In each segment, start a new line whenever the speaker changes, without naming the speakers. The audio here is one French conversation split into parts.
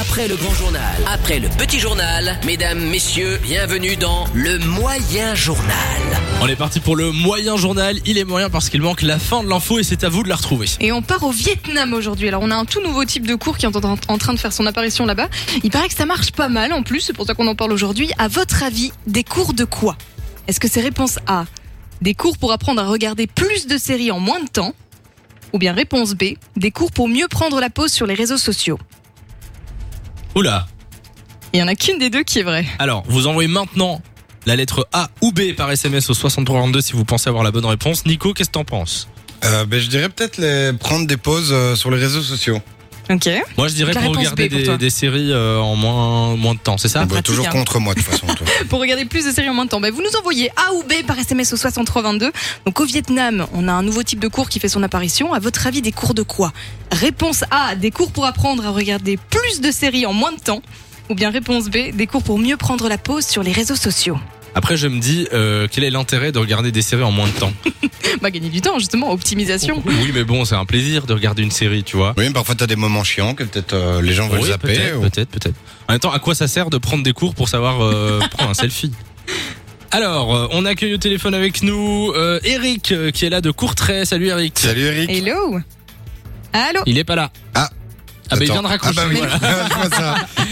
Après le grand journal, après le petit journal, mesdames, messieurs, bienvenue dans le moyen journal.
On est parti pour le moyen journal. Il est moyen parce qu'il manque la fin de l'info et c'est à vous de la retrouver.
Et on part au Vietnam aujourd'hui. Alors on a un tout nouveau type de cours qui est en, en- en train de faire son apparition là-bas. Il paraît que ça marche pas mal en plus, c'est pour ça qu'on en parle aujourd'hui. À votre avis, des cours de quoi Est-ce que c'est réponse A Des cours pour apprendre à regarder plus de séries en moins de temps Ou bien réponse B Des cours pour mieux prendre la pause sur les réseaux sociaux
Oula.
Il y en a qu'une des deux qui est vraie.
Alors, vous envoyez maintenant la lettre A ou B par SMS au 6322 si vous pensez avoir la bonne réponse. Nico, qu'est-ce que t'en penses
Euh, ben, je dirais peut-être les... prendre des pauses euh, sur les réseaux sociaux.
Ah,
Ok.
Moi, je dirais
La
pour
réponse
regarder
B pour
des,
toi.
des séries euh, en moins, moins de temps, c'est ça
Bah,
pratique,
toujours
hein.
contre moi de toute façon. toi.
pour regarder plus de séries en moins de temps. Ben, vous nous envoyez A ou B par SMS au 6322. Donc au Vietnam, on a un nouveau type de cours qui fait son apparition. À votre avis, des cours de quoi Réponse A, des cours pour apprendre à regarder plus de séries en moins de temps. Ou bien réponse B, des cours pour mieux prendre la pause sur les réseaux sociaux.
Après, je me dis, euh, quel est l'intérêt de regarder des séries en moins de temps
Bah gagner du temps justement, optimisation.
Oui, mais bon, c'est un plaisir de regarder une série, tu vois.
oui, mais parfois t'as des moments chiants que peut-être euh, les gens veulent
Oui,
zapper.
peut-être,
ou-
peut-être, peut-être. En même temps, à quoi ça sert de prendre des cours pour savoir euh, prendre un selfie Alors, euh, on accueille au téléphone avec nous euh, Eric euh, qui est là de Courtrai. Salut Eric.
Salut Eric.
Hello Allô
Il est pas là.
Ah.
Ah bah, il
Attends.
vient de raccrocher.
Ah bah oui,
Voilà.
je vois ça.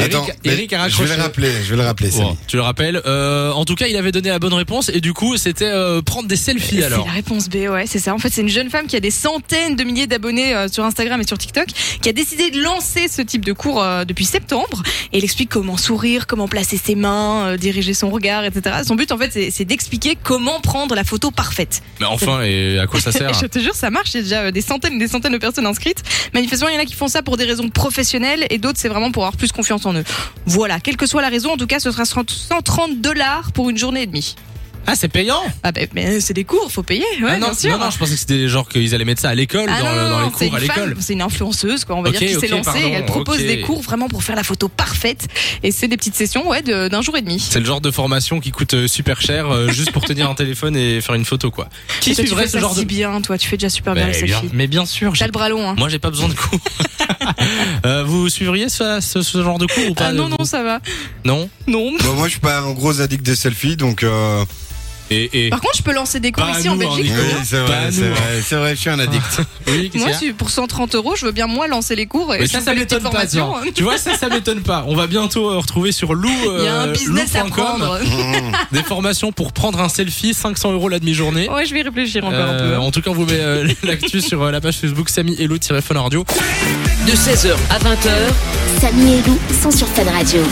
Eric-
Attends, mais
Eric a
Je vais
raccroché.
le rappeler, je vais le rappeler.
Bon,
Samy.
tu le rappelles. Euh, en tout cas, il avait donné la bonne réponse et du coup, c'était euh, prendre des selfies
C'est
alors.
la réponse B, ouais, c'est ça. En fait, c'est une jeune femme qui a des centaines de milliers d'abonnés euh, sur Instagram et sur TikTok, qui a décidé de lancer ce type de cours euh, depuis septembre. Et elle explique comment sourire, comment placer ses mains, euh, diriger son regard, etc. Son but, en fait, c'est- c'est d'expliquer comment prendre la photo parfaite.
Mais enfin, et à quoi ça sert
Et je te jure, ça marche. Il y a déjà euh, des centaines et des centaines de personnes inscrites. Manifestement, il y en a qui font ça pour des raisons professionnelles et d'autres, c'est vraiment pour avoir plus confiance en eux. Voilà. Quelle que soit la raison, en tout cas, ce sera 130 130 dollars pour une journée et demie.
Ah, c'est payant
Ah, ben, mais c'est des cours, faut payer. Ouais,
Ah non,
bien sûr.
non, non, je pensais que c'était genre qu'ils allaient mettre ça à l'école,
Ah
dans,
non,
dans
non,
les cours
c'est une
à l'école.
femme, C'est une influenceuse, quoi. On va
Ok,
dire qui
ok,
s'est lancée.
pardon,
et elle propose
ok.
des cours vraiment pour faire la photo parfaite. Et c'est des petites sessions, ouais, de- d'un jour et demi.
C'est le genre de formation qui coûte euh, super cher euh, juste pour tenir un téléphone et faire une photo quoi. Qui
Et toi, tu
suivrait
fais
ce
ça
genre
si
de
bien, toi, tu fais déjà super bien
mais,
le
bien,
selfie.
mais bien sûr, j'ai-
T'as le bras long, hein.
moi j'ai pas besoin de cours. Euh, vous suivriez ce, ce- ce genre de cours ou pas euh,
Ah non,
vous
non, ça va.
Non
Non.
Bon, moi, je suis pas un gros addict des selfies, donc. euh,
Et, et...
Par contre, je peux lancer des cours
Pas
ici
nous,
en
hein,
Belgique.
Oui,
Nico.
c'est
Bah,
vrai, c'est
nous.
vrai, c'est vrai, je suis un addict.
Oui, qu'est-ce qu'il
Moi,
y a
si- pour 130 euros, je veux bien moi lancer les cours. Et
mais
je
ça,
fais
ça
des
m'étonne
petites
pas,
formations,
genre.
hein.
Tu vois, ça, ça m'étonne pas. On va bientôt euh, retrouver sur Lou.
Il y a un
euh,
business à
lou.com,
prendre.
Mmh.
Des formations pour prendre un selfie, 500 euros la demi-journée.
Ouais, je vais y réfléchir Oh, encore un peu.
Euh,
hein.
en tout cas, on vous met euh, l'actu sur euh, la page Facebook Samy Hello-Fun Radio.
De 16h à 20h,
Samy et Lou sont sur Fun Radio.